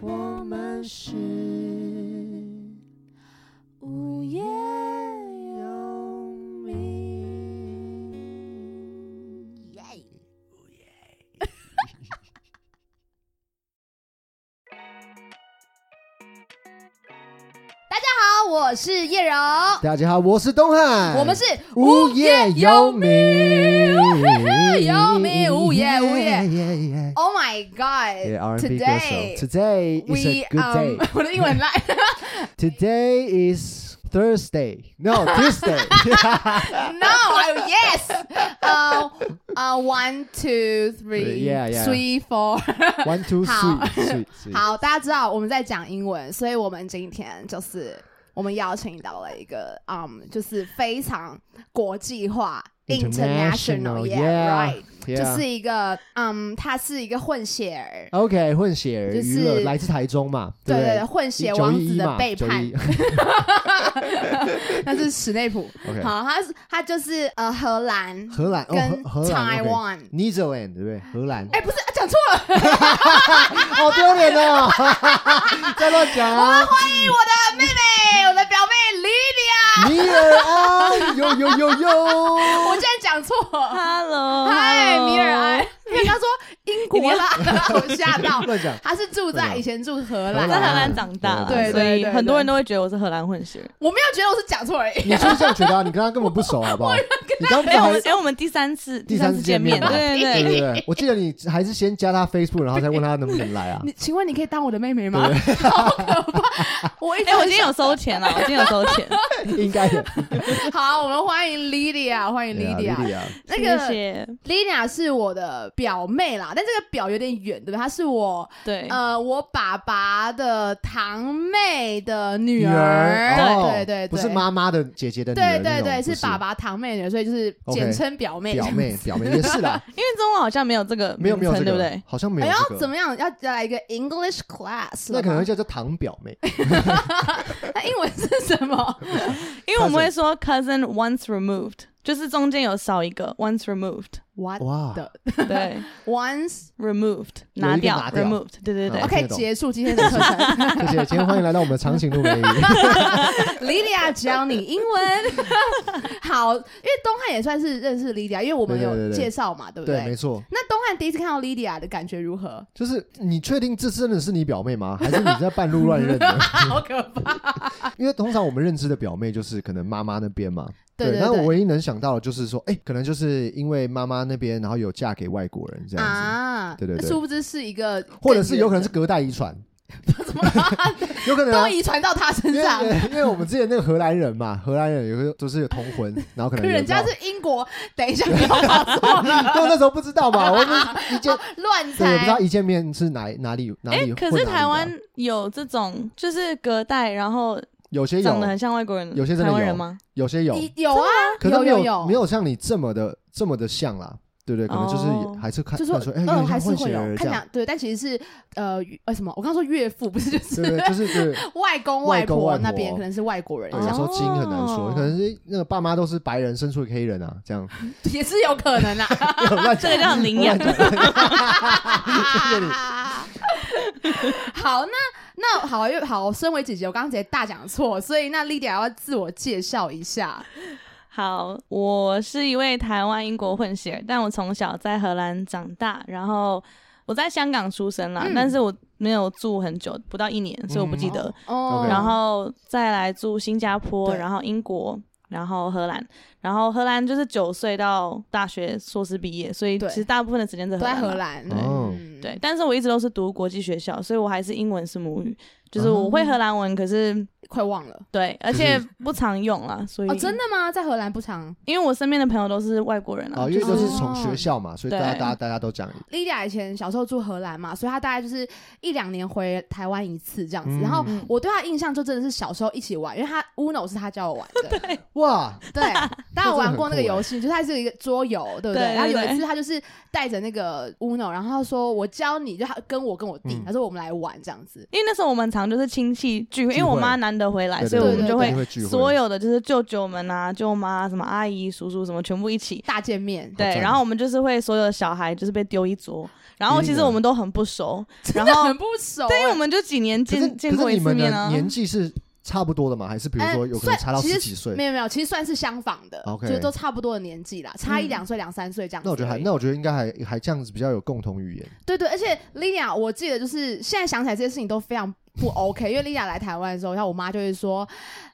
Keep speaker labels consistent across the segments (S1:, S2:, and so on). S1: 我们是无业游民。耶！大家好，我是叶柔，
S2: 大家好，我是东汉，
S1: 我们是
S2: 无业游民，
S1: 游民无业无业
S2: Yeah, yeah, yeah.
S1: Oh my God!
S2: Yeah, R&B 歌手。
S1: Oh, Today
S2: Today is
S1: we
S2: a good day.
S1: um 我的英文烂，
S2: Today is Thursday. No, Tuesday.
S1: No, I, yes. Uh, uh, one, two, three,
S2: Yeah, yeah.
S1: three, four.
S2: One, two,
S1: 好
S2: three. three, three.
S1: 好，大家知道我们在讲英文，所以我们今天就是我们邀请到了一个，嗯，就是非常国际化
S2: International,
S1: yeah, right，
S2: Yeah.
S1: 就是一个，嗯，他是一个混血儿，
S2: OK 混血儿
S1: 就
S2: 娱乐
S1: 是
S2: 来自台中嘛，
S1: 对
S2: 不
S1: 对，
S2: 对
S1: 对？混血
S2: 九
S1: 王
S2: 一
S1: 子
S2: 一
S1: 的
S2: 嘛，
S1: 背
S2: 九
S1: 叛
S2: 一，
S1: 那是史内普。
S2: OK
S1: 好，他是他就是呃荷兰
S2: 荷兰哦
S1: 跟，
S2: 荷荷兰 OK
S1: Taiwan。
S2: Netherlands 对不啊对？荷兰
S1: 哎、不是讲错了，
S2: 好丢脸哦！ 在乱讲啊！
S1: 欢迎哎我的妹妹，我的表妹 Lydia。
S2: 米尔安，呦呦呦呦！
S1: 我竟然讲 错，
S3: Hello，
S1: 嗨，米尔安
S3: Hello，
S1: 因为他说英国啦，我吓到。
S2: 乱讲。
S1: 他是住在
S2: 对啊
S1: 以前住荷
S3: 我
S1: 兰，
S2: 荷
S3: 在荷
S2: 兰
S3: 兰长大啦，
S1: 对对
S3: 所以
S1: 对
S3: 很多
S1: 对
S3: 人都会觉得我是荷兰混血。
S1: 我没有觉得我是讲错而已。
S2: 你就是这样觉得啊？你跟他根本不 熟，好不好？你刚不
S3: 没
S2: 是
S3: 有，我
S2: 还
S3: 们哎，我们第三次
S2: 第三次
S3: 次
S2: 见面
S3: 面，
S2: 吧对
S3: 对对 对，
S2: 对对？我记得你还是先加他 Facebook，然后再问他能不能 来啊？
S1: 你请问你可以当我的妹妹吗？ 好可怕！我一直
S3: 哎，我今天有收钱了，我今天有收钱，
S2: 应该的。
S1: 好，我们欢迎 Lydia，欢迎 Lydia。
S2: 啊 Lydia，
S1: 那个
S3: 谢谢
S1: Lina 是我的表妹啦，但这个表有点远，对不对？她是我
S3: 对，
S1: 呃我爸爸的堂妹的女
S2: 女儿哦
S1: 对对对，
S2: 不是妈妈的姐姐的女
S1: 对
S2: 儿
S1: 对
S2: 那
S1: 对，
S2: 种，
S1: 是
S2: 不
S1: 爸爸堂妹的女儿，所以就是简
S2: OK，
S1: 称表妹。
S2: 表 妹，表妹也是啦，
S3: 因为中文好像没有这个
S2: 没有没有
S3: 名
S2: 这
S3: 称对不
S2: 个
S3: 对，？
S2: 好像没
S1: 哎
S2: 有
S1: 呀，
S2: 这
S1: 怎
S2: 个。
S1: 么样？要来一个 English class？
S2: 那可能
S1: 了吗
S2: 会叫做堂表 妹，
S1: 那英文是什么？
S3: 因为我们会说 cousin once removed，就是中间有少一个 once removed，
S1: What
S2: 哇
S1: the
S3: 对
S1: once？
S3: ，removed
S2: 有一个
S3: 拿掉
S2: 拿掉哦
S3: ，removed，对对对
S2: 好。
S1: OK，
S2: 听得懂
S1: 结束今天的课程。
S2: 谢谢，今天欢迎来到我们的长颈鹿 美语。
S1: Lydia 教你英文，好，因为东汉也算是认识 Lydia，因为我们
S2: 对对对
S1: 有
S2: 对
S1: 介绍嘛，对不
S2: 对，没错，
S1: 那东汉第一次看到 Lydia 的感觉如何？
S2: 就是你确定这真的是你表妹 吗？还是你在半路乱认的？
S1: 好可怕！
S2: 因为通常我们认知的表妹就是可能妈妈那边嘛。
S1: 对对
S2: 那
S1: 对
S2: 我唯一能想到的就是说，哎、可能就是因为妈妈那边，然后有嫁给外国人这样子，
S1: 啊，
S2: 对对对
S1: 殊不知是一个更远的，
S2: 或者是有可能是隔代遗传，
S1: 怎么了
S2: 有可能啊、
S1: 都遗传到他身
S2: 因为
S1: 上
S2: 因？为因为我们之前那个荷兰人嘛，荷兰人有个就是有同婚，然后可
S1: 可
S2: 能有
S1: 人家是哦英国，等一 下你又搞错了，
S2: 因为那时候不知道嘛，我们一
S1: 哦
S2: 见
S1: 乱
S2: 对也不知道
S1: 猜。
S2: 一见面是哪哪里哪
S3: 哎
S2: 里，混哪里的啊、
S3: 可是台湾有这种，就是隔代，然后
S2: 有些
S3: 长
S2: 有，
S3: 得很像外国人，
S2: 有些真的
S3: 台湾
S2: 有
S3: 人吗？
S2: 有些有，
S1: 你有啊，
S2: 可能没
S1: 有
S2: 没
S1: 有，
S2: 有像你这么的这么的像啦，对不对？可能就是
S3: 哦
S2: 也还是看
S1: 就
S2: 看
S1: 说
S2: 出哎，有
S1: 嗯
S2: 点
S1: 还
S2: 像
S1: 是
S2: 混
S1: 会
S2: 血
S1: 有
S2: 儿这
S1: 看
S2: 样，
S1: 两对，但其实是呃呃什么？我刚刚说岳父不是就是
S2: 对不对？就是 对。
S1: 外公
S2: 外公
S1: 婆
S2: 外
S1: 那
S2: 婆
S1: 边可能是外国人，
S2: 对，有
S1: 这样
S2: 时候基因很难说，
S3: 哦
S2: 可能是那个爸妈都是白人生出的黑人啊，这样
S1: 也是有可能啊啦。
S2: 乱
S3: 这
S2: 讲
S3: 个叫领养，
S1: 好，那那好，又好，身为姐姐，我刚刚直接大讲错，所以那 Lydia 要自我介绍一下。
S3: 好，我是一位台湾英国混血儿，但我从小在荷兰长大，然后我在香港出生啦，
S1: 嗯
S3: 但是我没有住很久，不到一年，所以我不记得。
S1: 哦
S2: OK
S3: 然后再来住新加坡，
S1: 对
S3: 然后英国，然后荷兰，然后荷兰就是九岁到大学硕士毕业，所以
S1: 对
S3: 其实大部分的时间在
S1: 都
S3: 荷
S1: 在
S3: 兰
S1: 荷
S3: 啦。
S1: 兰，
S2: 对哦
S1: 嗯
S3: 对，但是我一直都是读国际学校，所以我还是英文是母语，就是
S1: 哦
S3: 我会荷兰文，可是
S1: 快忘了
S3: 对，而且不常用啦，所以
S1: 哦，真的吗？在荷兰不常
S3: 因为我身边的朋友都是外国人啊，
S2: 啊，因
S3: 就
S2: 为都
S3: 是
S2: 是从学校嘛，所以大家
S3: 对
S2: 大家大家都讲，
S1: Lydia 以前小时候住荷兰嘛，所以她大概就是一两年回台湾一次这样子。
S2: 嗯
S1: 然后我对她印象就真的是小时候一起玩，因为她 Uno 是她教我玩 的，
S2: 哇，
S1: 对，大家有玩过那个游戏，就是它是一个桌游，对不对？
S3: 对对
S1: 然后有一
S3: 对
S1: 次他就是带着那个 Uno，然后他说我教你，就他跟我跟我弟
S2: 嗯，
S1: 他说我们来玩这样子。
S3: 因为那时候我们常就是亲戚聚会，
S2: 聚会
S3: 因为我妈难得回来，
S2: 对
S3: 所以
S2: 对
S3: 我们
S2: 对对
S3: 就会
S2: 会聚会
S3: 所有的就是舅舅们啊、舅妈、什么阿姨、叔叔什么，全部一起。
S1: 大见面，
S2: 好
S3: 对，
S2: 赞
S3: 然后我们就是会所有的小孩就是被丢一桌，然后其
S2: 一
S3: 实
S2: 人
S3: 我们都很不熟，
S1: 真
S3: 然
S1: 的
S3: 后
S1: 很不熟。欸
S3: 对，因为我们就几年
S2: 啊可是
S3: 见见
S2: 可
S3: 过
S2: 是
S3: 一
S2: 你
S3: 次
S2: 们
S3: 面
S2: 的
S3: 啊。
S2: 年纪是差不多的嘛？还是比如
S1: 哎
S2: 说有可能
S1: 算
S2: 差到
S1: 其实
S2: 十几岁
S1: 没？有没有，其实算是相仿的
S2: OK 嗯
S1: 就是都差不多的年纪啦，差一两岁、两三岁这样子
S2: 那
S1: 而已。
S2: 我觉得还，那我觉得应该还还这样子比较有共同语言。
S1: 对对，而且 Lina，我记得就是现在想起来这些事情都非常不 OK，因为 Lina 来台湾的时候，然后我妈就会说：“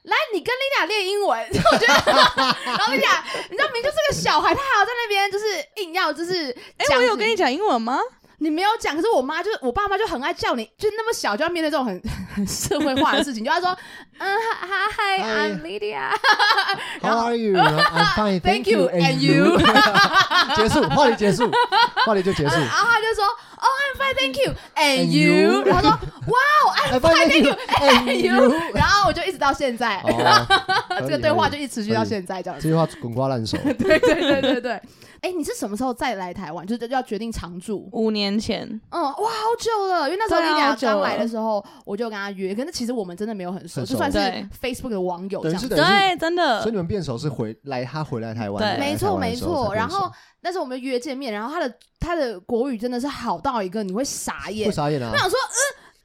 S1: 来，你跟 Lina 练英文。” 然后我觉得，然后 Lina，你知道，明明就是个小孩，她还要在那边就是硬要就是，
S3: 哎、
S1: 讲
S3: 我有
S1: 什
S3: 跟你讲英文吗？
S1: 你没有讲，可是我妈就是我爸妈就很爱叫你，就那么小就要面对这种很 很社会化的事情，就要说，嗯嗨
S2: 嗨
S1: ，I'm Lydia，然
S2: How
S1: 后
S2: are you? I'm fine,
S1: Thank
S2: thank
S1: you,
S2: you,
S1: and
S2: and
S1: you.
S2: you. 结束，话题结束，话题就 结束。
S1: 呃然后他就说，Oh I'm fine, thank you, and
S2: And
S1: you，
S2: you
S1: 然后说
S2: I'm fine, thank you, and you.
S1: you，然后我就一直到现在，
S2: 哦
S1: 这个对话就一直持续到现在这样
S2: 这
S1: 子。
S2: 句话滚瓜烂熟。
S1: 对对对对对，哎，你是什么时候再来台湾？就是要决定常住？
S3: 五年前，
S1: 嗯，哇，好久了，因为那时候
S3: 对
S1: 你
S3: 啊
S1: 俩
S3: 好久了
S1: 刚来的时候，我就跟他约，可是其实我们真的没有很熟，
S2: 很
S1: 就
S2: 熟
S1: 算是
S3: 对
S1: Facebook 的网友这
S2: 等于
S1: 样
S2: 是
S1: 子。
S2: 等于是，
S3: 对，真
S2: 所以
S3: 的，
S2: 你们变熟是回来他回来台湾，
S3: 对
S2: 来台湾
S1: 没错没
S2: 的时候才
S1: 错，
S2: 变
S1: 然
S2: 熟
S1: 后但是我们约见面，然后他的他的国语真的是好到一个你会傻眼
S2: 会，傻眼啊
S1: 我！想说，嗯、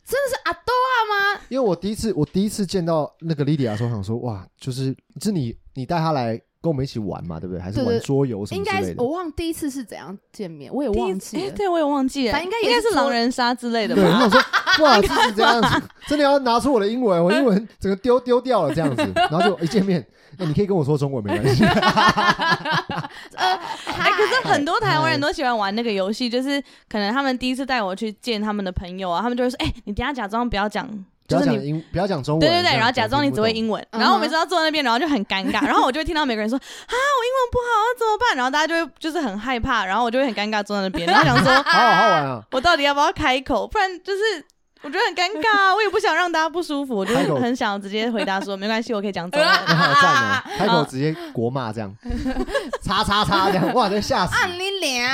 S1: 真的是阿多啊吗？
S2: 因为我第一次我第一次见到那个莉迪亚的时候，想说哇，就是是你你带她来跟我们一起玩嘛，对不对？还是
S1: 对
S2: 玩
S1: 对
S2: 桌游什
S1: 应
S2: 么之
S1: 该
S2: 类
S1: 是
S2: 的
S1: 我？忘第一次是怎样见面，我也
S3: 第一
S1: 忘
S3: 次
S1: 记
S3: 哎
S1: 了。
S3: 对我也忘记了，
S1: 反正应该也
S3: 应该
S1: 是
S3: 是
S1: 做
S3: 狼人杀之类的
S2: 对，
S3: 吧
S2: 我？想说 哇，就是这样子，真的要拿出我的英文，我英文整个丢丢掉了这样子， 然后就一见面，哎，你可以跟我说中文没关系，
S3: 哎、
S1: 哎
S3: 可是很多台湾人
S2: 嗨
S3: 都喜欢玩那个游戏，就是可能他们第一次带我去见他们的朋友啊，他们就会说：“哎、你等一下假装不要讲，
S2: 不
S3: 就
S2: 要
S3: 是
S2: 讲
S3: 你。”
S2: 英，不要讲中文，
S3: 对对
S2: 这
S3: 对，
S2: 样
S3: 然后假装你只会，英文，然后我
S1: 嗯
S3: 每
S1: 哼
S3: 次要坐在那边，然后就很尴 尬，然后我就会听到每个人说啊，我英文不好啊，怎么办？然后大家就会就是很害怕，然后我就会很尴尬坐在 那边，然后想说
S2: 好好好玩 啊！
S3: 我到底要不要开口，不然就是我觉得很尴尬啊，我也不想让大家不舒服，我就
S2: 开
S3: 是
S2: 口
S3: 很想直接回答说没关系，我可以讲中文。
S2: 那好赞 啊！开口直接国骂这样，叉叉叉这样，哇，这吓死！
S1: 按你脸，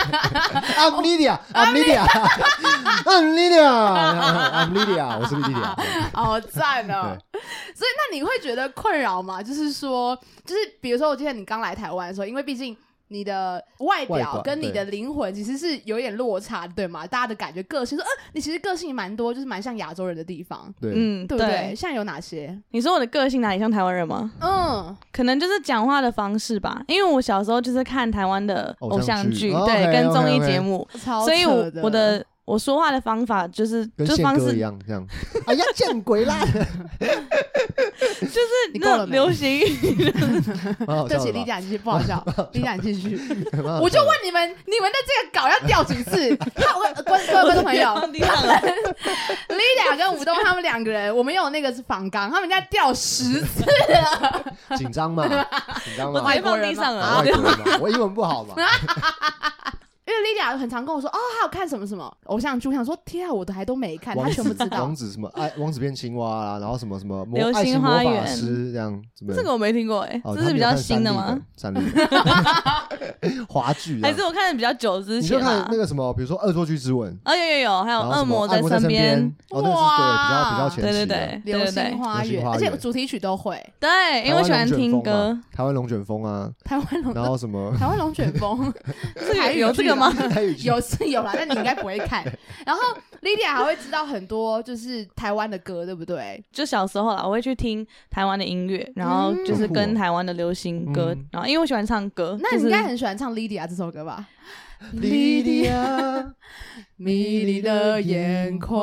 S2: I'm Lydia，I'm Lydia，I'm Lydia，I'm Lydia，我是 Lydia。
S1: 好赞哦！所以那你会觉得困扰吗？就是说，就是比如说，我记得你刚来台湾的时候，因为毕竟。你的外
S2: 外
S1: 表
S2: 观
S1: 跟你
S2: 对
S1: 的灵魂其实是有点落差，对吗？大家的感觉、个性说，呃，你其实个性蛮多，就是蛮像亚洲人的地方，
S2: 对，
S3: 嗯，
S1: 对不对？现在有哪些？
S3: 你说我的个性哪里像台湾人吗？
S1: 嗯，
S3: 可能就是讲话的方式吧，因为我小时候就是看台湾的偶
S2: 偶像
S3: 像剧，
S2: 剧哦
S3: 对，
S2: OK，
S3: 跟综艺
S2: OK，OK
S3: 节目，
S1: 超
S3: 所以我
S1: 扯的
S3: 我的我说话的方法就是
S2: 跟
S3: 就
S2: 宪
S3: 方
S2: 哥
S3: 式啊
S2: 一样这样。哎呀，见鬼啦！
S3: 就是
S1: 你够
S3: 那
S1: 了
S3: 种
S1: 没
S3: 流行语，
S2: 蛮好
S1: 对
S2: 笑的
S1: 不起，李
S2: 吧，
S1: 甲继续不好笑，李甲继续。
S2: 蛮好
S1: 我就
S2: 笑的
S1: 问你们，你们的这个稿要掉几次？ 他我观各位观众朋 友
S3: 放地上了
S1: ，Lina 跟吴东他们两个人，我们有那个是仿纲，他们家掉十次。
S2: 紧张 嘛，紧张
S3: 我
S2: 嘛，
S3: 直接放地上
S2: 啊外。
S3: 了
S2: 国人嘛，我英文不好 嘛，
S1: 因为 Lina 很常跟我说，哦，还有看什么什么偶像剧，我想说天啊，我都还都没看，他
S2: 王
S1: 全部
S2: 子
S1: 知道
S2: 王。子什么爱王子变青蛙啦，然后什么什么魔
S3: 流星
S2: 爱情魔
S3: 花
S2: 法
S3: 园
S2: 师这样，怎么
S3: 这个我没听过哎、
S2: 哦
S3: 这
S2: 他
S3: 是
S2: 没
S3: 比
S2: 有
S3: 较
S2: 看
S3: 新
S2: 三
S3: 的
S2: D
S3: 吗？？
S2: 三 D 的 华剧这
S3: 还
S2: 样
S3: 是我看的比较久之
S2: 你就
S3: 前
S2: 看
S3: 啊
S2: 那？个什么，比如说《恶作剧之吻》，
S3: 哦，有有有，还有
S2: 然后
S3: 恶
S2: 什么《
S3: 魔
S2: 恶魔在
S3: 身
S2: 边》，哦，那
S1: 哇
S2: 个是对比较比较前
S3: 对对
S2: 期啊的
S3: 对
S1: 流
S3: 对对
S1: 星
S3: 对
S1: 花
S2: 流
S1: 园
S2: 星，花
S1: 而
S2: 园
S1: 且主题曲都会，
S3: 对，因为我喜欢听歌，
S2: 啊台湾龙卷风啊，
S1: 台湾龙
S2: 台湾龙卷风啊，然后什 么
S1: 台湾龙卷风，
S3: 这
S1: 台
S3: 个
S1: 语
S3: 有
S1: 剧
S3: 这
S1: 吧
S3: 个吗？
S2: 台语剧
S1: 有是有啦，但你应该不会看。然后 Lydia 还会知道很多就是台湾的歌，对不对？
S3: 就小时候啦，我会去听台湾的音乐，然后
S1: 嗯
S3: 就是
S2: 好酷哦
S3: 跟台湾的流行歌，
S2: 嗯
S3: 然后因为我喜欢唱歌，
S1: 那
S3: 就
S1: 你
S3: 是
S1: 应该很喜欢唱 Lydia 这首歌吧？
S2: Lydia
S1: 迷离的眼眶，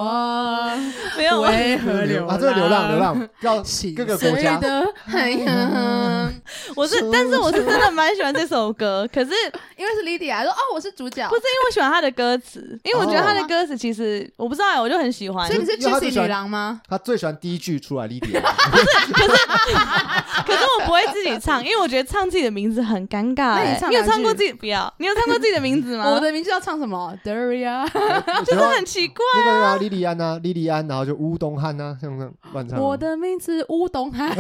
S3: 没有我
S1: 为 何流
S2: 流
S1: 浪？
S2: 啊，这个流浪流浪要
S1: 心
S2: 各
S1: 碎的嗯
S2: 个国家
S1: 海洋，
S3: 我是，但是我是真的蛮喜欢这首歌，可是
S1: 因为是 Lydia 说哦，我是主角
S3: 不，是因为我喜欢他的歌词，因为我觉得他的歌词其实我不知道欸，我就很喜欢
S1: 哦所。以你是
S2: 因为他
S1: Juicy
S2: 最喜欢
S1: 女郎吗？
S2: 他最喜欢第一句出来 Lydia，
S3: 可是我不会自己唱，因为我觉得唱自己的名字很尴尬
S1: 那你
S3: 欸。
S1: 唱
S3: 你有
S1: 两句
S3: 唱过自己不要？你有唱过自己的名字吗
S1: 我？的名字要唱什么？Daria，
S3: 就
S2: 然
S3: 是
S2: 后
S3: 很奇怪。
S2: 那个啊，莉莉安啊，莉莉安，然后就乌东汉啊，像这样乱唱啊。
S1: 我的名字乌东汉。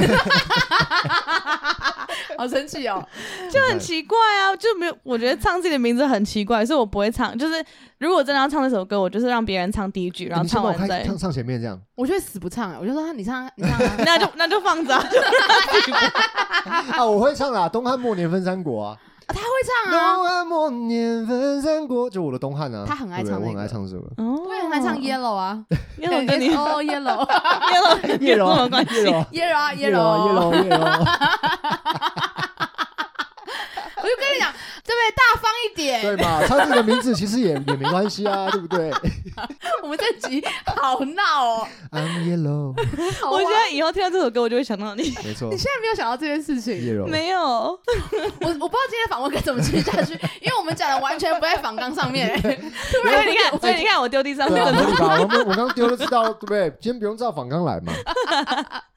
S1: 好生气哦！
S3: 就
S2: 嗯
S3: 很奇怪啊，就没有，我觉得唱自己的名字很奇怪，所以我不会唱。就是如果真的要唱这首歌，我就是让别人唱第一句，然后
S2: 欸你先
S3: 唱
S2: 帮我开
S3: 完再，。
S2: 唱唱前面这样，
S1: 我就会死不唱、我就说你唱啊，你唱啊
S3: 那就那就放着啊。
S2: 啊，我会唱啦，《东汉末年分三国》啊，
S1: 啊他会
S2: 《
S1: 唱啊，
S2: 东汉末年分三国》就我的东汉啊，
S1: 他很爱
S2: 对不对
S1: 唱那
S2: 我很
S1: 个
S2: 爱唱这个。
S3: 哦
S1: 我也很爱唱 Yellow 啊
S3: yellow 跟你
S1: 哦 Yellow
S3: yellow 跟你
S2: 叶柔
S3: 有什么关，
S2: 叶
S3: 系？
S2: 柔，
S1: Yellow 啊
S2: 叶柔，叶
S1: Yellow，
S2: 柔，叶啊柔，
S1: 我就跟你讲，对不对？大方一点，
S2: 对嘛？唱自己的名字其实也也没关系啊，对不对
S1: 我们这集好闹哦。
S2: ？I'm yellow，
S1: 好
S3: 我
S1: 啊
S3: 觉得以后听到这首歌，我就会想到你。
S2: 没错
S1: 你，现在没有想到这件事情，
S2: 叶柔，
S3: 没有，
S1: 我我不知道今天访问该怎么继续下 去，因为我们讲的完全不在访纲上面、 突
S3: 所
S1: 然
S3: 以你看，所以你看，我丢地上是
S2: 对啊，
S3: 真
S2: 合
S3: 的。
S2: 理吧？我们我刚丢都知道，对不对？先不用照仿纲来嘛。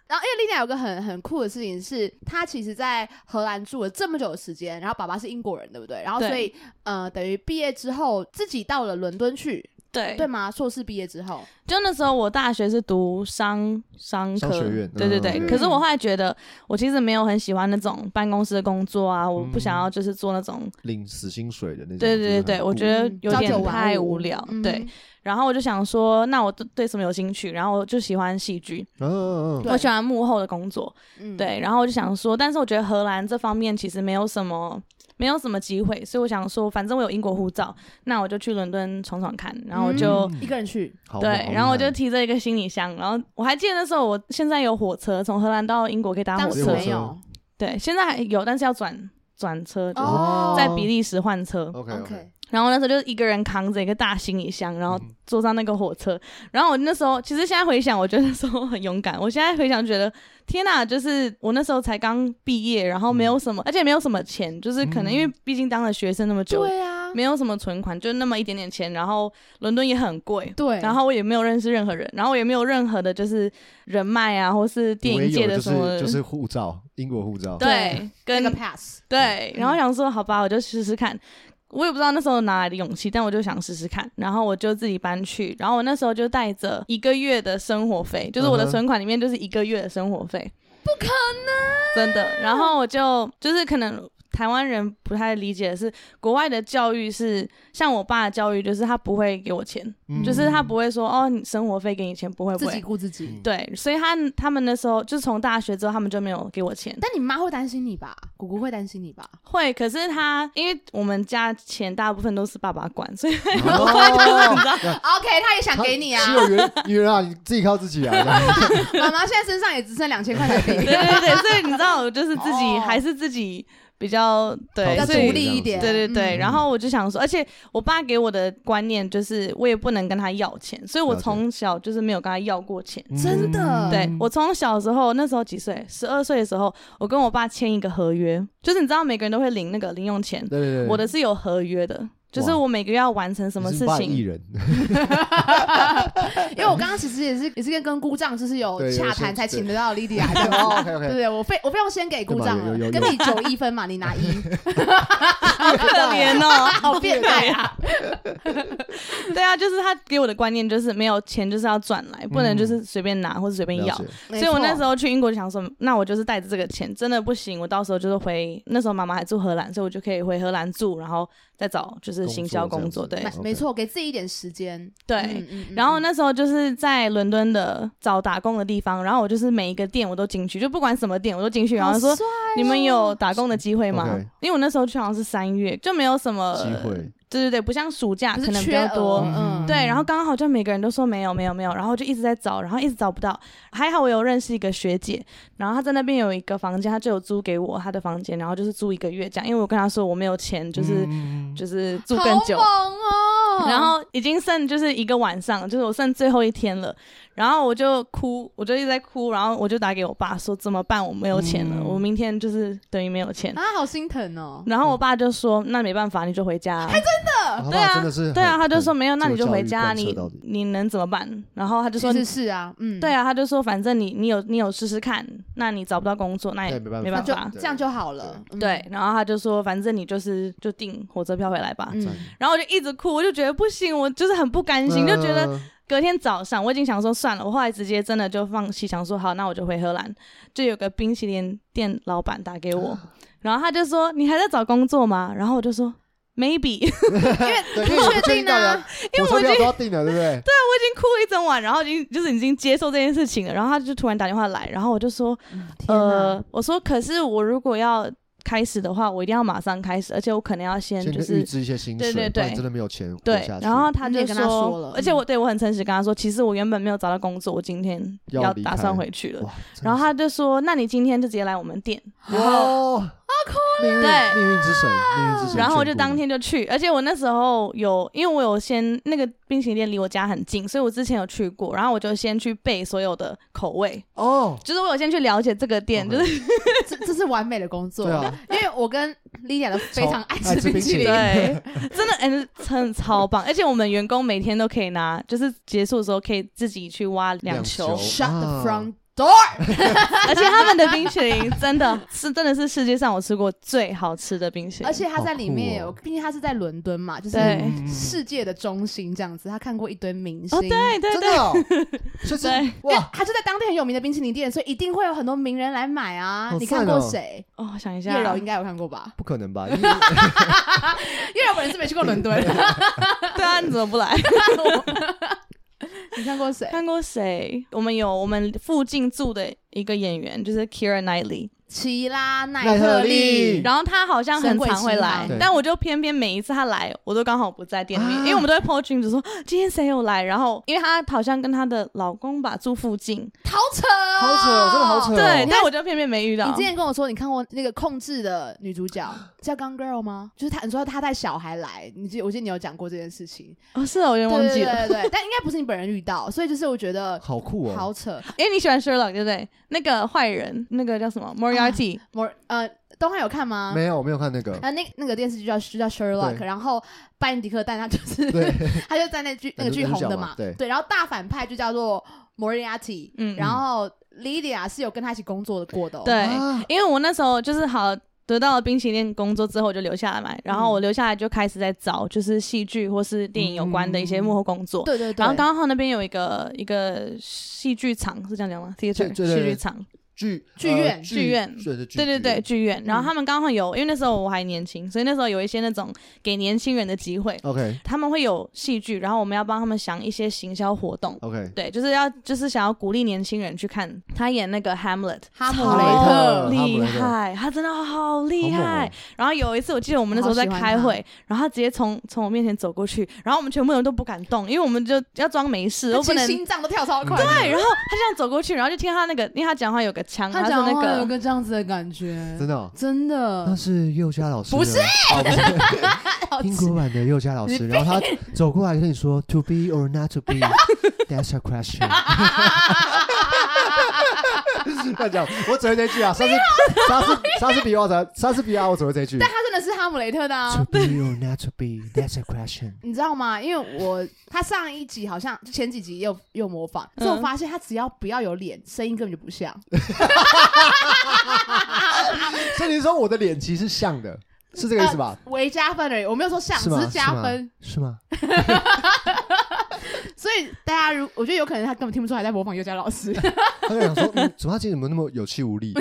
S1: 然后，因为丽娜有个很很酷的事情是，她其实，在荷兰住了这么久的时间，然后爸爸是英国人，对不对？然后
S3: 对
S1: 所以，呃，等于毕业之后自己到了伦敦去，
S3: 对
S1: 对吗？硕士毕业之后，
S3: 就那时候我大学是读商商科
S2: 商学院
S3: 对对对。
S1: 嗯
S3: 可是我后来觉得，我其实没有很喜欢那种办公室的工作啊，我不想要就是做那种，
S2: 领死薪水的那种。
S3: 对对对
S2: 就是很
S3: 对，我觉
S2: 酷
S3: 得
S1: 嗯
S3: 有
S1: 朝九
S3: 点
S1: 晚
S3: 太
S1: 五
S3: 无聊，
S1: 嗯
S3: 对。然后我就想说，那我对对什么有兴趣？然后我就喜欢戏剧，
S2: 嗯嗯嗯
S1: 对
S3: 我喜欢幕后的工作，
S1: 嗯，
S3: 对。然后我就想说，但是我觉得荷兰这方面其实没有什么。没有什么机会，所以我想说，反正我有英国护照，那我就去伦敦闯闯看。然后我就、
S2: 嗯
S1: 一个人去，
S2: 好嘛好
S3: 对，
S2: 嘛
S3: 然后我就提着一个行李箱，然后我还记得那时候我现在有火车，从荷兰到英国可以搭火
S1: 当时
S2: 我
S3: 车，
S1: 没有
S3: 对，现在还有，但是要转转车，就是
S1: 哦
S3: 在比利时换车。
S2: OK
S1: ，OK，
S3: 然后那时候就是一个人扛着一个大行李箱，
S2: 嗯
S3: 然后坐上那个火车。然后我那时候其实现在回想，我觉得那时候很勇敢。我现在回想觉得，天哪，就是我那时候才刚毕业，然后没有什么，而且没有什么钱，就是可能因为毕竟当了学生那么久，
S1: 对啊，
S3: 没有什么存款，就那么一点点钱。然后伦敦也很贵，
S1: 对，
S3: 然后我也没有认识任何人，然后我也没有任何的就是人脉啊，或是电影界的什
S2: 唯
S3: 么，
S2: 有就是就是护照，英国护照。
S3: 对，
S1: 那
S3: 跟
S1: 个 pass，
S3: 对，
S1: 嗯
S3: 然后想说好吧，我就试试看。我也不知道那时候哪来的勇气，但我就想试试看，然后我就自己搬去，然后我那时候就带着一个月的生活费，就是我的
S2: 嗯哼
S3: 存款里面就是一个月的生活费，
S1: 不可能，
S3: 真的。然后我就就是可能台湾人不太理解的是，国外的教育是像我爸的教育，就是他不会给我钱，
S2: 嗯
S3: 就是 他不会说哦，你生活费给你钱，不会不
S1: 自
S3: 会
S1: 己，顾自己
S2: 嗯。
S3: 对，所以他他们那时候就从大学之后，他们就没有给我钱。
S1: 但你妈会担心你吧？姑姑会担心你 吧？
S3: 会，可是他因为我们家钱大部分都是爸爸管，所以
S2: 哦
S3: 我爸就是你知道，
S1: OK，他也想
S2: 他
S1: 给你啊。
S2: 岂有缘缘啊，你自己靠自己啊。这样
S1: 妈妈现在身上也只剩两千块台
S3: 对
S1: 币，
S3: 对对，所以你知道，我就是自己
S1: 哦
S3: 还是自己比较对
S2: 好
S1: 要，
S3: 所
S1: 独
S3: 以
S2: 理
S1: 立一点。
S3: 对对对，
S2: 嗯
S3: 然后我就想说，而且我爸给我的观念就是，我也不能跟他要钱，所以我
S2: 了解
S3: 从小就是没有跟他要过钱。
S2: 嗯
S1: 真的
S3: 嗯对我从小时候，那时候几岁？十二岁的时候，我跟我爸签一个合约，就是你知道每个人都会领那个零用钱，
S2: 对对对，
S3: 我的是有合约的，就是
S2: 哇
S3: 我每个月要完成什么
S2: 你
S3: 事
S2: 是半艺
S3: 情。
S2: 人，
S1: 因为我刚刚其实也是也是跟跟姑丈就是有
S2: 对有
S1: 洽
S2: 些
S1: 谈才
S2: 对
S1: 请得到 Lydia 这样
S2: 哦 OK
S1: 对
S2: OK，
S1: 对，我费我费用先给姑丈
S2: 对吧有有
S1: 了，
S2: 有
S1: 跟你九一分嘛，你拿一，
S3: 好 可怜哦，
S1: 好变态啊！
S3: 对啊，就是他给我的观念就是没有钱就是要赚来，不能就是随便拿或者随便要。
S2: 嗯了解
S1: 所
S3: 所以我那时
S1: 候
S3: 候去英国就想说，那我就是带着这个钱，真的不行，我到时候就是回那时候妈妈还住荷兰，所以我就可以回荷兰住，然后再找就是行销工作。
S2: 工作
S3: 对
S2: 这样子
S1: 没错，给自己一点时间。
S3: 对。
S1: 嗯嗯嗯
S3: 然后那时候就是在伦敦的找打工的地方，然后我就是每一个店我都进去，就不管什么店我都进去，然后说
S1: 好帅哦
S3: 你们有打工的机会吗
S2: OK？
S3: 因为我那时候去好像是三月，就没有什么
S2: 机会，
S3: 对对对，不像暑假
S1: 不
S3: 可
S1: 是
S3: 能比
S1: 缺
S3: 较
S1: 额
S3: 多，
S1: 嗯，
S3: 对，然后刚好就每个人都说没有没有没有，然后就一直在找，然后一直找不到。还好我有认识一个学姐，然后她在那边有一个房间，她就有租给我她的房间，然后就是租一个月这样，因为我跟她说我没有钱，就是、
S1: 呃
S2: 嗯
S3: 就是住更久
S1: 好。猛哦！
S3: 然后已经剩就是一个晚上，就是我剩最后一天了，然后我就哭，我就一直在哭，然后我就打给我爸说怎么办，我没有钱了，
S2: 嗯
S3: 我明天就是等于没有钱。
S1: 啊，好心疼哦。
S3: 然后我爸就说那没办法，你就回家啊、
S2: 他
S3: 对
S2: 爸
S3: 啊
S2: 真的是很
S3: 对啊，他就说
S2: 很
S3: 没有，那
S2: 这
S3: 你
S2: 个
S3: 就
S2: 教
S3: 回
S2: 育
S3: 家，
S2: 贯彻
S3: 你
S2: 到底
S3: 你能怎么办？然后他就
S1: 其
S3: 说，
S1: 实是啊，嗯，
S3: 对，啊，他就说反正你你有你有试试看，那你找不到工作，那
S2: 那
S3: 也
S2: 也没办法
S1: 那就
S2: 对
S1: 这样就好了。嗯
S3: 对，，然后他就说反正你就是就订火车票回来吧。
S1: 嗯
S2: 赞
S3: 然后我就一直哭，我就觉得不行，我就是很不甘心，就觉得
S2: 嗯
S3: 隔天早上我已经想说算了，我后来直接真的就放弃，想说好，那我就回荷兰。就有个冰淇淋店老板打给我，
S2: 啊
S3: 然后他就说你还在找工作吗？然后我就说 maybe，
S2: 对，因为你不确定到底
S1: 啊，
S3: 因为
S2: 火
S3: 我
S2: 车票
S3: 已经
S2: 都要定了，对不对？
S3: 我已经哭了一整晚，然后已经就是已经接受这件事情了，然后他就突然打电话来，然后我就说，呃，我说可是我如果要开始的话，我一定要马上开始，而且我可能要先
S2: 先
S3: 就
S2: 预
S3: 是
S2: 支一些薪水，
S3: 对对对
S2: 不然真的没有钱活
S3: 对
S2: 下，去。
S3: 然后他
S1: 你
S3: 就
S1: 也跟他说了
S3: 而且我对我很诚实跟他说，其实我原本没有找到工作，我今天
S2: 要
S3: 要
S2: 离
S3: 打
S2: 开
S3: 算回去了。
S2: 哇，
S3: 然后他就说，那你今天就直接来我们店，
S2: 他哇，好酷，命运
S3: 啊对
S2: 命运之神，命运之神。
S3: 然后我就
S2: 全部
S3: 当天就去，而且我那时候有，因为我有先那个冰淇淋店离我家很近，所以我之前有去过，然后我就先去背所有的口味，
S2: 哦，
S3: 就是我有先去了解这个店，就是
S2: 是
S1: 这这是完美的工作
S2: 哦对，啊，
S1: 因为我跟 Lidia 都非常爱
S2: 超爱
S1: 吃
S2: 吃
S1: 冰
S2: 冰
S1: 淇
S2: 淇
S1: 淋
S2: 淋，
S3: 对，真的嗯，很超棒，而且我们员工每天都可以拿，就是结束的时候可以自己去挖两球，
S2: 两球
S1: Shut the
S2: 啊
S1: front door，
S3: 而且他们的冰淇淋真的是真的是世界上我吃过最好吃的冰淇淋，
S1: 而且他在里面
S2: 好
S1: 有，
S2: 酷哦
S1: 毕竟他是在伦敦嘛，就是
S3: 对
S2: 嗯
S1: 世界的中心这样子，他看过一堆明星，
S3: 哦对对
S2: 真
S3: 对
S2: 的哦，所以是
S3: 对
S1: 因为
S2: 哇，
S1: 他就在当地很有名的冰淇淋店，所以一定会有很多名人来买啊。
S2: 好
S1: 你看
S2: 赞
S1: 过
S2: 哦
S1: 谁？
S3: 哦，我想一
S1: 叶
S3: 下，
S1: 柔应该有看过吧？
S2: 不可能吧？
S1: 叶柔本人是没去过伦敦，
S3: 对啊，你怎么不来？
S1: 你看过谁？
S3: 看过谁？我们有我们附近住的一个演员，就是 Kira Knightley，
S1: 奇拉奈
S2: 奈
S1: 特
S2: 特
S1: 利
S2: 利，
S3: 然后他好像很常会
S1: 神鬼
S3: 来
S1: 奇
S2: 航，
S3: 但我就偏偏每一次他来，我都刚好不在店里面，
S2: 啊
S3: 因为我们都会 po 群组说今天谁有来，然后因为他好像跟他的老公吧住附近，
S1: 好扯，
S2: 好扯，哦真的好扯。
S3: 对，
S1: 你
S3: 但
S1: 看
S3: 我就偏偏没遇到
S1: 哦你。之前跟我说你看过那个控制的女主角叫 Gun Girl 吗？就是她，你说她带小孩来，你记我记得你有讲过这件事情，
S3: 哦，是哦，我有点忘记了。
S1: 对对对对，但应该不是你本人遇到，所以就是我觉得
S2: 好酷
S1: 好
S2: 哦！
S1: 扯。
S3: 因为你喜欢 Sherlock 对不对？那个坏人，那个叫
S1: 啊
S3: 什么 Moriarty，
S1: 我呃，东汉有看吗？
S2: 没有，我没有看那 个，
S1: 啊，那那个电视剧叫就叫 Sherlock，
S2: 对
S1: 然后拜恩迪克蛋他就是
S2: 对
S1: 他就在那剧那个剧红的嘛，
S2: 男主角嘛对
S1: 然后大反派就叫做 Moriarty，
S3: 嗯
S1: 然后 Lydia 是有跟他一起工作的过的、哦，
S3: 对
S2: 啊
S3: 因为我那时候就是好得到了冰淇淋工作之后，我就留下来嘛，然
S1: 嗯
S3: 后我留下来就开始在找就是戏剧或是电影有关的一些幕后工作。
S1: 嗯对对对，
S3: 然后刚好那边有一个一个戏剧场，是这样讲吗？theater
S2: 对对对
S3: 戏剧场，
S2: 剧
S1: 剧院
S2: 呃
S3: 剧院
S2: 对对
S3: 对对对，，剧院。
S1: 嗯
S3: 然后他们刚好有，因为那时候我还年轻，所以那时候有一些那种给年轻人的机会，
S2: OK
S3: 他们会有戏剧，然后我们要帮他们想一些行销活动。
S2: OK，
S3: 对，就是要就是想要鼓励年轻人去看他演那个 Hamlet，
S1: 哈姆
S3: 超
S1: 雷
S2: 哈
S1: 特
S2: 姆
S3: 厉
S2: 雷特
S3: 害，他真的好厉
S2: 哦
S3: 害。然后有一次，我记得我们那时候在开
S1: 我好
S3: 会
S1: 喜，
S3: 然后他直接从从我面前走过去，然后我们全部人都不敢动，因为我们就要装没事，
S1: 他
S3: 都
S1: 其
S3: 不
S1: 实
S3: 能。
S1: 心脏都跳超快，
S3: 对，然后他这样走过去，然后就听他那个，因为他讲话有个腔，
S1: 他
S3: 然
S1: 讲
S3: 后就
S1: 话
S3: 那
S1: 有
S3: 个
S1: 个这样子的感觉，
S2: 真的哦，
S1: 真
S2: 那
S1: 的，
S2: 是佑嘉老师的，
S1: 不是
S2: 哦不是
S1: 好
S2: 英国版的佑嘉老师，然后他走过来跟你说 “To be or not to be”，That's a question。乱讲，我只会这句啊，莎士莎士莎士比亚我才莎士比亚我只会这句。
S1: 但他真的是哈姆雷特的啊
S2: To。be or not to be，That's a question。
S1: 你知道吗？因为我他上一集好像就前几集也有也有模仿，所以我
S3: 嗯
S1: 发现他只要不要有脸，声音根本就不像。
S2: 所以你说我的脸其实是像的，是这个意思吧？
S1: 为加分而已，我没有说像，
S2: 是
S1: 只
S2: 吗？
S1: 是加分。
S2: 是吗？
S1: 所以大家如我觉得有可能他根本听不出来在模仿尤佳老师，
S2: 是
S1: 呃
S2: 吗他就想说，嗯，怎么他今天怎么那么有气无力？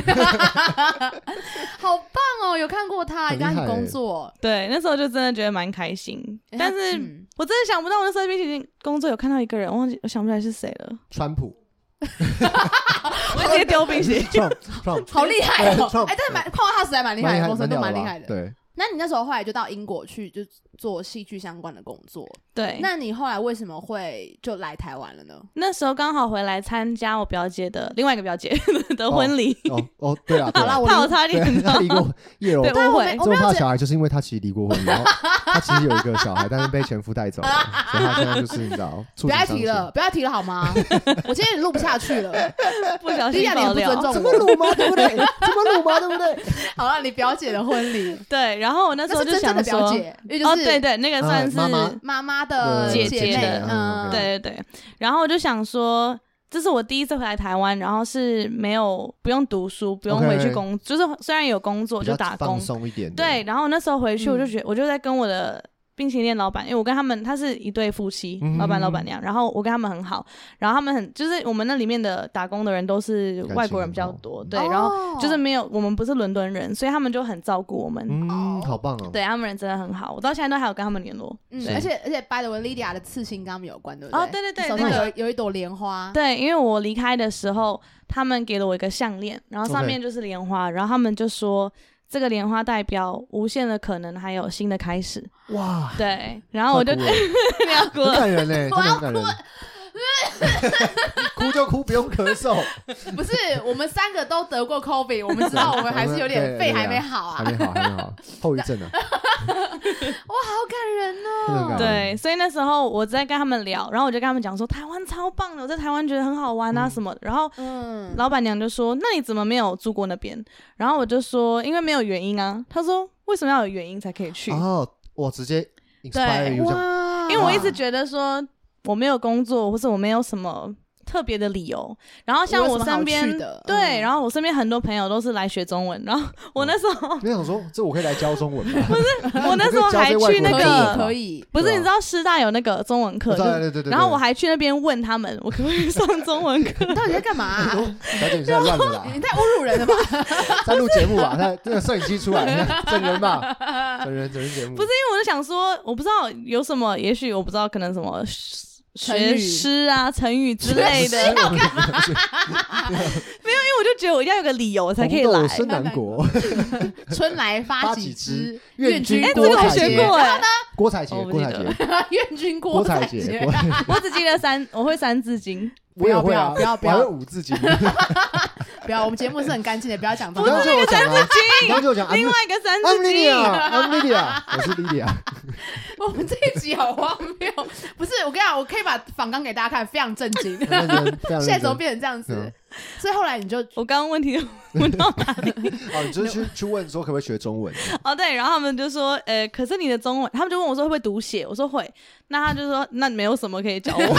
S1: 好棒哦！有看过他，
S2: 很
S1: 跟
S2: 厉害
S1: 他一起工作，
S3: 对，那时候就真的觉得蛮开心。
S1: 哎
S3: 但是
S1: 他嗯
S3: 我真的想不到，我那时候在冰淇淋工作有看到一个人，我忘记我想不起来是谁 了，
S2: 川普
S3: 我就直接丢冰淇淋。
S2: ，Trump Trump，
S1: 好厉害
S2: 哎
S1: 哦！
S2: Trump，
S1: 哎，但是蛮夸他实在蛮厉害的，风声都蛮厉害
S2: 吧
S1: 的。
S2: 对，
S1: 那你那时候后来就到英国去，就做戏剧相关的工作。
S3: 对，那
S1: 那你后来为什么会就来台湾了呢？
S3: 那时候刚好回来参加我表姐的另外一 个表姐的婚礼，
S2: 哦哦，对啊，对
S1: 好啦，
S2: 啊，
S1: 我
S3: 怕我
S1: 理
S3: 差
S2: 对
S3: 点
S2: 啊，他
S3: 到
S2: 离过叶柔
S3: 对，
S1: 但
S3: 误
S1: 啊我
S3: 会
S1: 没
S2: 这
S1: 我
S2: 么
S1: 没有
S2: 怕
S1: 觉得
S2: 小孩，就是因为他其实离过婚， 然后他其实有一个小孩，但是被前夫带走了，所以他现在就是你知道，
S1: 不
S2: 不
S1: 要提了，，不要提了好 吗？我今天也录不下去 了，
S3: 不小
S1: 低
S3: 心
S1: 下脸
S3: 啊爆
S1: 不
S3: 料
S1: 尊。重
S2: 怎么
S1: 我。
S2: 辱吗？对不对？怎么辱吗？对不对？
S1: 好了，你表姐的婚礼，
S3: 对，然后我 那时
S1: 那是
S3: 候就
S1: 真正
S3: 想
S1: 的表
S3: 说，
S1: 姐，因为就
S3: 哦，
S1: 是
S3: 对对，那个算
S2: 啊
S3: 是、
S2: 妈妈
S1: 妈妈的
S3: 对姐
S1: 妹
S3: 姐的，
S1: 嗯，
S2: 嗯
S3: 对对对。然后我就想说，这是我第一次回来台湾，然后是没有不用读书，不用
S2: OK
S3: 回去工就是虽然有工作
S2: 比
S3: 就
S2: 较
S3: 打
S2: 放
S3: 工。
S2: 松一点，嗯
S3: 对，，然后那时候回去，我就觉我就在跟我的冰淇淋店老板，因为我跟他们他是一对夫妻，
S2: 嗯
S3: 老板老板娘，然后我跟他们很好，然后他们很就是我们那里面的打工的人都是
S2: 情
S3: 外国人比较
S2: 很好
S3: 多，对，然后
S1: 后
S3: 就是没有我们不是伦敦人，所以他们就很照顾我们，
S2: 嗯，好棒哦。
S3: 对他们人真的很好，我到现在都还有跟他们联络。
S1: 嗯，
S2: 对
S1: 而且而且 by the way Lydia 的刺青跟他们有关，对不
S3: 哦
S1: 对
S3: 对对对
S1: 手上
S3: 那
S1: 有
S3: 个
S1: 有一朵莲花，
S3: 对，因为我离开的时候，他们给了我一个项链，然后上
S2: OK
S3: 面就是莲花然后他们就说这个莲花代表无限的可能，还有新的开始。
S2: 哇，
S3: 对，然后我就
S2: 快
S3: 不
S2: 哭了
S3: 要哭
S2: 很
S3: 了。
S2: 感人嘞，真的
S1: 我要
S2: 很感人。 哭就哭，不用咳嗽，
S1: 不是我们三个都得过 COVID，我们知道我们还是有点
S2: 对对
S1: 肺
S2: 啊
S1: 还没好啊，
S2: 还
S1: 哇，
S2: 没好，还没好，后遗症啊呢？
S1: 好感人
S2: 真的很
S1: 哦
S2: 感人。
S3: 对，所以那时候我在跟他们聊，然后我就跟他们讲说台湾超棒的，我在台湾觉得很好玩啊
S2: 嗯
S3: 什么的。然后
S1: 嗯，
S3: 老板娘就说：“那你怎么没有住过那边？”然后我就说：“因为没有原因啊。”她说：“为什么要有原因才可以去？”
S2: 哦，我直接 inspire
S3: 对
S2: you 这样
S1: 哇
S3: 因为我一直觉得说我没有工作，或者我没有什么特别的理由。然后像我身
S1: 我有什
S3: 边
S1: 么好去的
S3: 对，
S1: 嗯
S3: 然后我身边很多朋友都是来学中文，然后我那时候、
S2: 你想说，这我可以来教中文吗？
S3: 我那时候还
S2: 我可以
S3: 去那
S2: 教这些外国
S1: 可以
S2: 人
S3: 个。
S1: 可以，
S3: 不是，
S2: 对啊
S3: 你知道师大有那个中文课，
S2: 我知道
S3: 就
S2: 对对对对
S3: 然后我还去那边问他们，我可不可以上中 文课？
S1: 你到底在干嘛啊？
S2: 小姐，你是在乱的啦，
S1: 你太侮辱人了吧？
S2: 在录节目吧？那那个摄影机出来，整人吧，整人整人节目。
S3: 不是，因为我就想说，我不知道有什么，也许我不知道，可能什么
S1: 成
S3: 学
S1: 语
S3: 诗啊、成语之类的，因 为我就觉得我一定要有个理由才可以
S2: 红豆
S3: 来。
S2: 生南国，
S1: 春来发
S2: 发
S1: 几
S2: 几
S1: 枝
S2: 枝，
S1: 愿
S2: 愿
S1: 君
S2: 君
S3: 哎，这
S1: 郭
S3: 个我
S1: 采
S3: 学
S1: 洁，
S3: 过哎，
S2: 郭采洁
S3: 哦，我不
S2: 郭
S3: 记
S2: 采
S3: 得
S2: 洁，
S1: 愿君郭
S2: 郭采
S1: 采
S2: 洁，
S1: 洁
S2: 郭。
S3: 我只记得三，我会三字经。
S2: 我也会啊，
S1: 不要不要不要
S2: 我还会五字经。你
S1: 不要，我们节目是很干净的，不要讲这
S2: 刚刚
S1: 个。
S2: 就有讲啊，你刚刚就有讲
S3: 另外
S2: I'm
S3: 一个三
S2: I'm
S3: 字经，
S2: Lydia，I'm Lydia，我是 Lydia。
S1: 我们这一集好荒谬，不是我跟你讲，我可以把访纲给大家看，非常震惊。
S2: 非 常 认真非常
S1: 现
S2: 认
S1: 在怎么
S2: 真。
S1: 变成这样子
S2: 嗯？
S1: 所以后来你就
S3: 我刚刚问题问到哪里？
S2: 哦，你就是去去问说可不可以学中文？
S3: 哦，对，然后他们就说，呃，可是你的中文，他们就问我说会不会读写，我说会，那他就说那没有什么可以教我。 然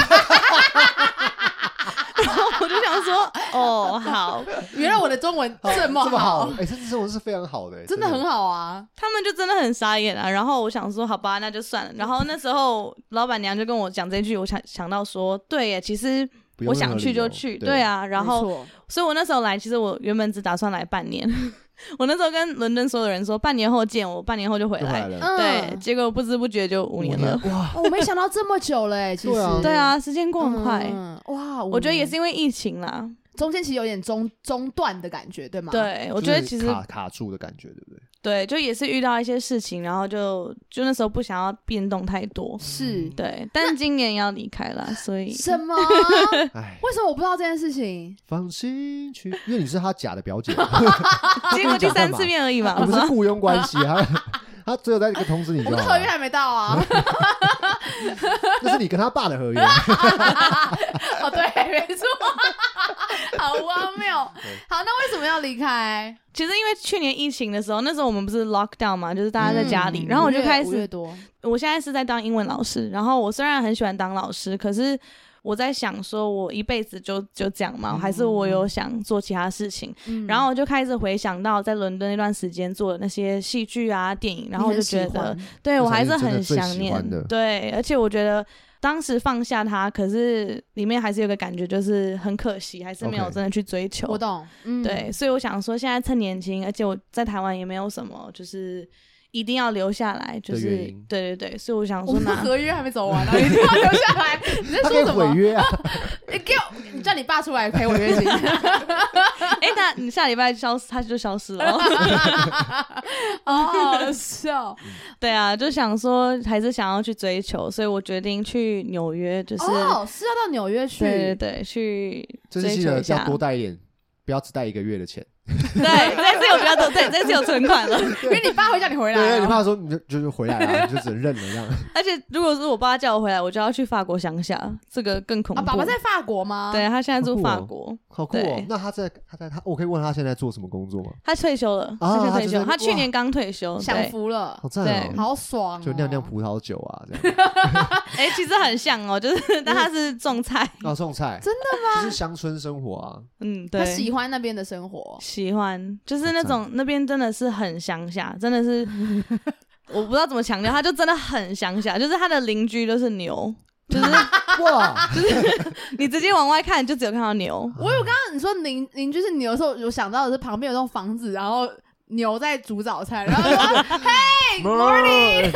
S3: 后我就想说，哦，好，
S1: 原来我的中文这么
S2: 这么好，，哎，这中文是非常好的，
S1: 真的很。好啊！
S3: 他们就真的很傻眼啊。然后我想说，好吧，那就算了。然后那时候老板娘就跟我讲这句，我想想到说，对耶，其实
S2: 不用
S3: 我
S2: 任
S3: 想
S2: 何
S3: 去
S2: 理
S3: 就
S2: 由
S3: 去，
S2: 对
S3: 对啊。然后
S1: 没错
S3: 所以我那时候来，其实我原本只打算来半年。 我那时候跟伦敦所有人说，半年后见，我半年后就回
S2: 就回
S3: 来
S2: 来。了。
S3: 对，
S1: 嗯，
S3: 结果不知不觉就五年了。
S2: 哇，
S1: 哦我没想到这么久了，哎，其
S2: 对啊
S1: 实
S3: 对，啊，时间过很快。
S1: 嗯哇，
S3: 我觉得也
S1: 是。
S3: 是因为疫情啦。
S1: 中间其实有点中中断的感觉，对吗？，
S3: 对，我
S2: 就
S3: 觉得
S2: 是
S3: 其实
S2: 卡卡住的感觉，对不 对？
S3: 对，就也是遇到一些事情，然后就就那时候不想要变动太多。
S1: 是
S3: 对，但今年要离开了，所以
S1: 什么？
S2: 哎，
S1: 为什么我不知道这件事情？
S2: 放心去，因为你是他假的表姐，
S3: 结果第三次面而已嘛。
S2: 我
S1: 哦
S2: 们是雇佣关系，他 他只有在一个通知你
S1: 我
S2: 就
S1: 们的
S2: 好
S1: 合约
S2: 了。
S1: 还没到啊！
S2: 那是你跟他爸的合约，啊
S1: 哦，对，没错， 好荒谬。
S2: 对
S1: 好，那为什么要离开？
S3: 其实因为去年疫情的时候，那时候我们不是 lockdown 嘛，就是大家在家里，然后我就
S1: 五月
S3: 开
S1: 五月
S3: 始，
S1: 多，
S3: 我现在是在当英文老师。然后我虽然很喜欢当老师，可是我在想说，我一辈子就就这样嘛，还是我有想做其他事情。
S1: 嗯
S3: 然后我就开始回想到在伦敦那段时间做的那些戏剧啊、电影，然后我就觉
S1: 你
S3: 得
S1: 很，喜欢
S3: 对
S2: 那
S3: 我
S2: 才
S3: 还
S2: 是
S3: 是
S2: 真的
S3: 很
S2: 最
S3: 想
S2: 喜欢的
S3: 念。对，而且我觉得当时放下它，可是里面还是有个感觉，就是很可惜，还是没有
S2: OK
S3: 真的去追求。
S1: 我懂，嗯，
S3: 对，所以我想说，现在趁年轻，而且我在台湾也没有什么，就是一定要留下来，就
S2: 的
S3: 是
S2: 原因
S3: 对对对，所以我想
S1: 我
S3: 说
S1: 们的
S3: 拿，
S1: 合约还没走完呢，啊 你一定要留 下来。你在
S2: 他可以
S1: 说什
S2: 毁
S1: 么？
S2: 约啊！
S1: 你给我，你叫你爸出来陪我约金，
S3: 哎、那你下礼拜消失，他就消失了。哦
S1: 好好哦笑。
S3: 对啊，就想说还是想要去追求，所以我决定去纽约，就是、
S1: 哦，是要到纽约去，
S3: 对对对，去
S2: 这次
S3: 追
S2: 记
S3: 求
S2: 得
S3: 一
S2: 要
S3: 下。
S2: 多带一点，不要只带一个月的钱。
S3: 对，这次有比较多，对，这次有存款了。
S1: 因为你爸会叫你回
S2: 对，
S1: 来啊。
S2: 因为你爸说你就就就回来了，你就只能认了这 样。
S3: 而且如果是我爸叫我回来，我就要去法国乡下，这个更恐怖。
S1: 啊，爸爸在法国吗？
S2: 啊
S3: 对他现在住法
S2: 好
S3: 国，
S2: 好酷哦
S3: 对！
S2: 那他在他在他，我可以问他现在做什么工作吗？
S3: 他退休了，
S2: 啊
S3: 他现在
S2: 他
S3: 退
S2: 就
S3: 休，
S2: 在
S3: 他去年刚退休。
S1: 享
S3: 对，
S1: 福了
S2: 好，赞
S3: 对
S2: 哦！
S1: 好爽哦，
S2: 就酿酿葡萄酒啊，这 样。
S3: 哎、其实很像哦，就是 但他是 种菜，
S2: 然后种菜，
S1: 真
S2: 的吗？就是乡村生活啊，
S3: 嗯，对
S1: 他，喜欢那边的生活，
S3: 喜欢，就是那
S2: 好赞
S3: 种那边真的是很乡下，真的是我不知道怎么强调，他就真的很乡下，就是他的邻居都是牛，就是
S2: 哇，
S3: 你直接往外看，你就只有看 到牛。
S1: 我有刚刚你说邻邻居是牛的时候，我想到的是旁边有栋房子，然后牛在煮早餐，然后说 Hey morning，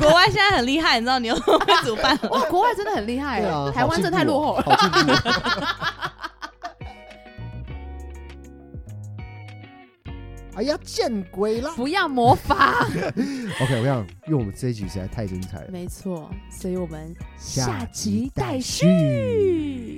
S3: 国外现在很厉害，你知道牛会煮饭了。
S1: 哇，国外真的很厉害
S2: 对啊，
S1: 欸，台湾真的太落后了。
S2: 好进步哦。好进步哦 哎呀，见鬼啦
S1: 不要模 仿，
S2: ！OK，我想，因为我们这一局实在太精彩了，
S1: 没错，所以我们
S2: 下
S1: 下
S2: 集
S1: 集
S2: 待
S1: 待
S2: 续。
S1: 续。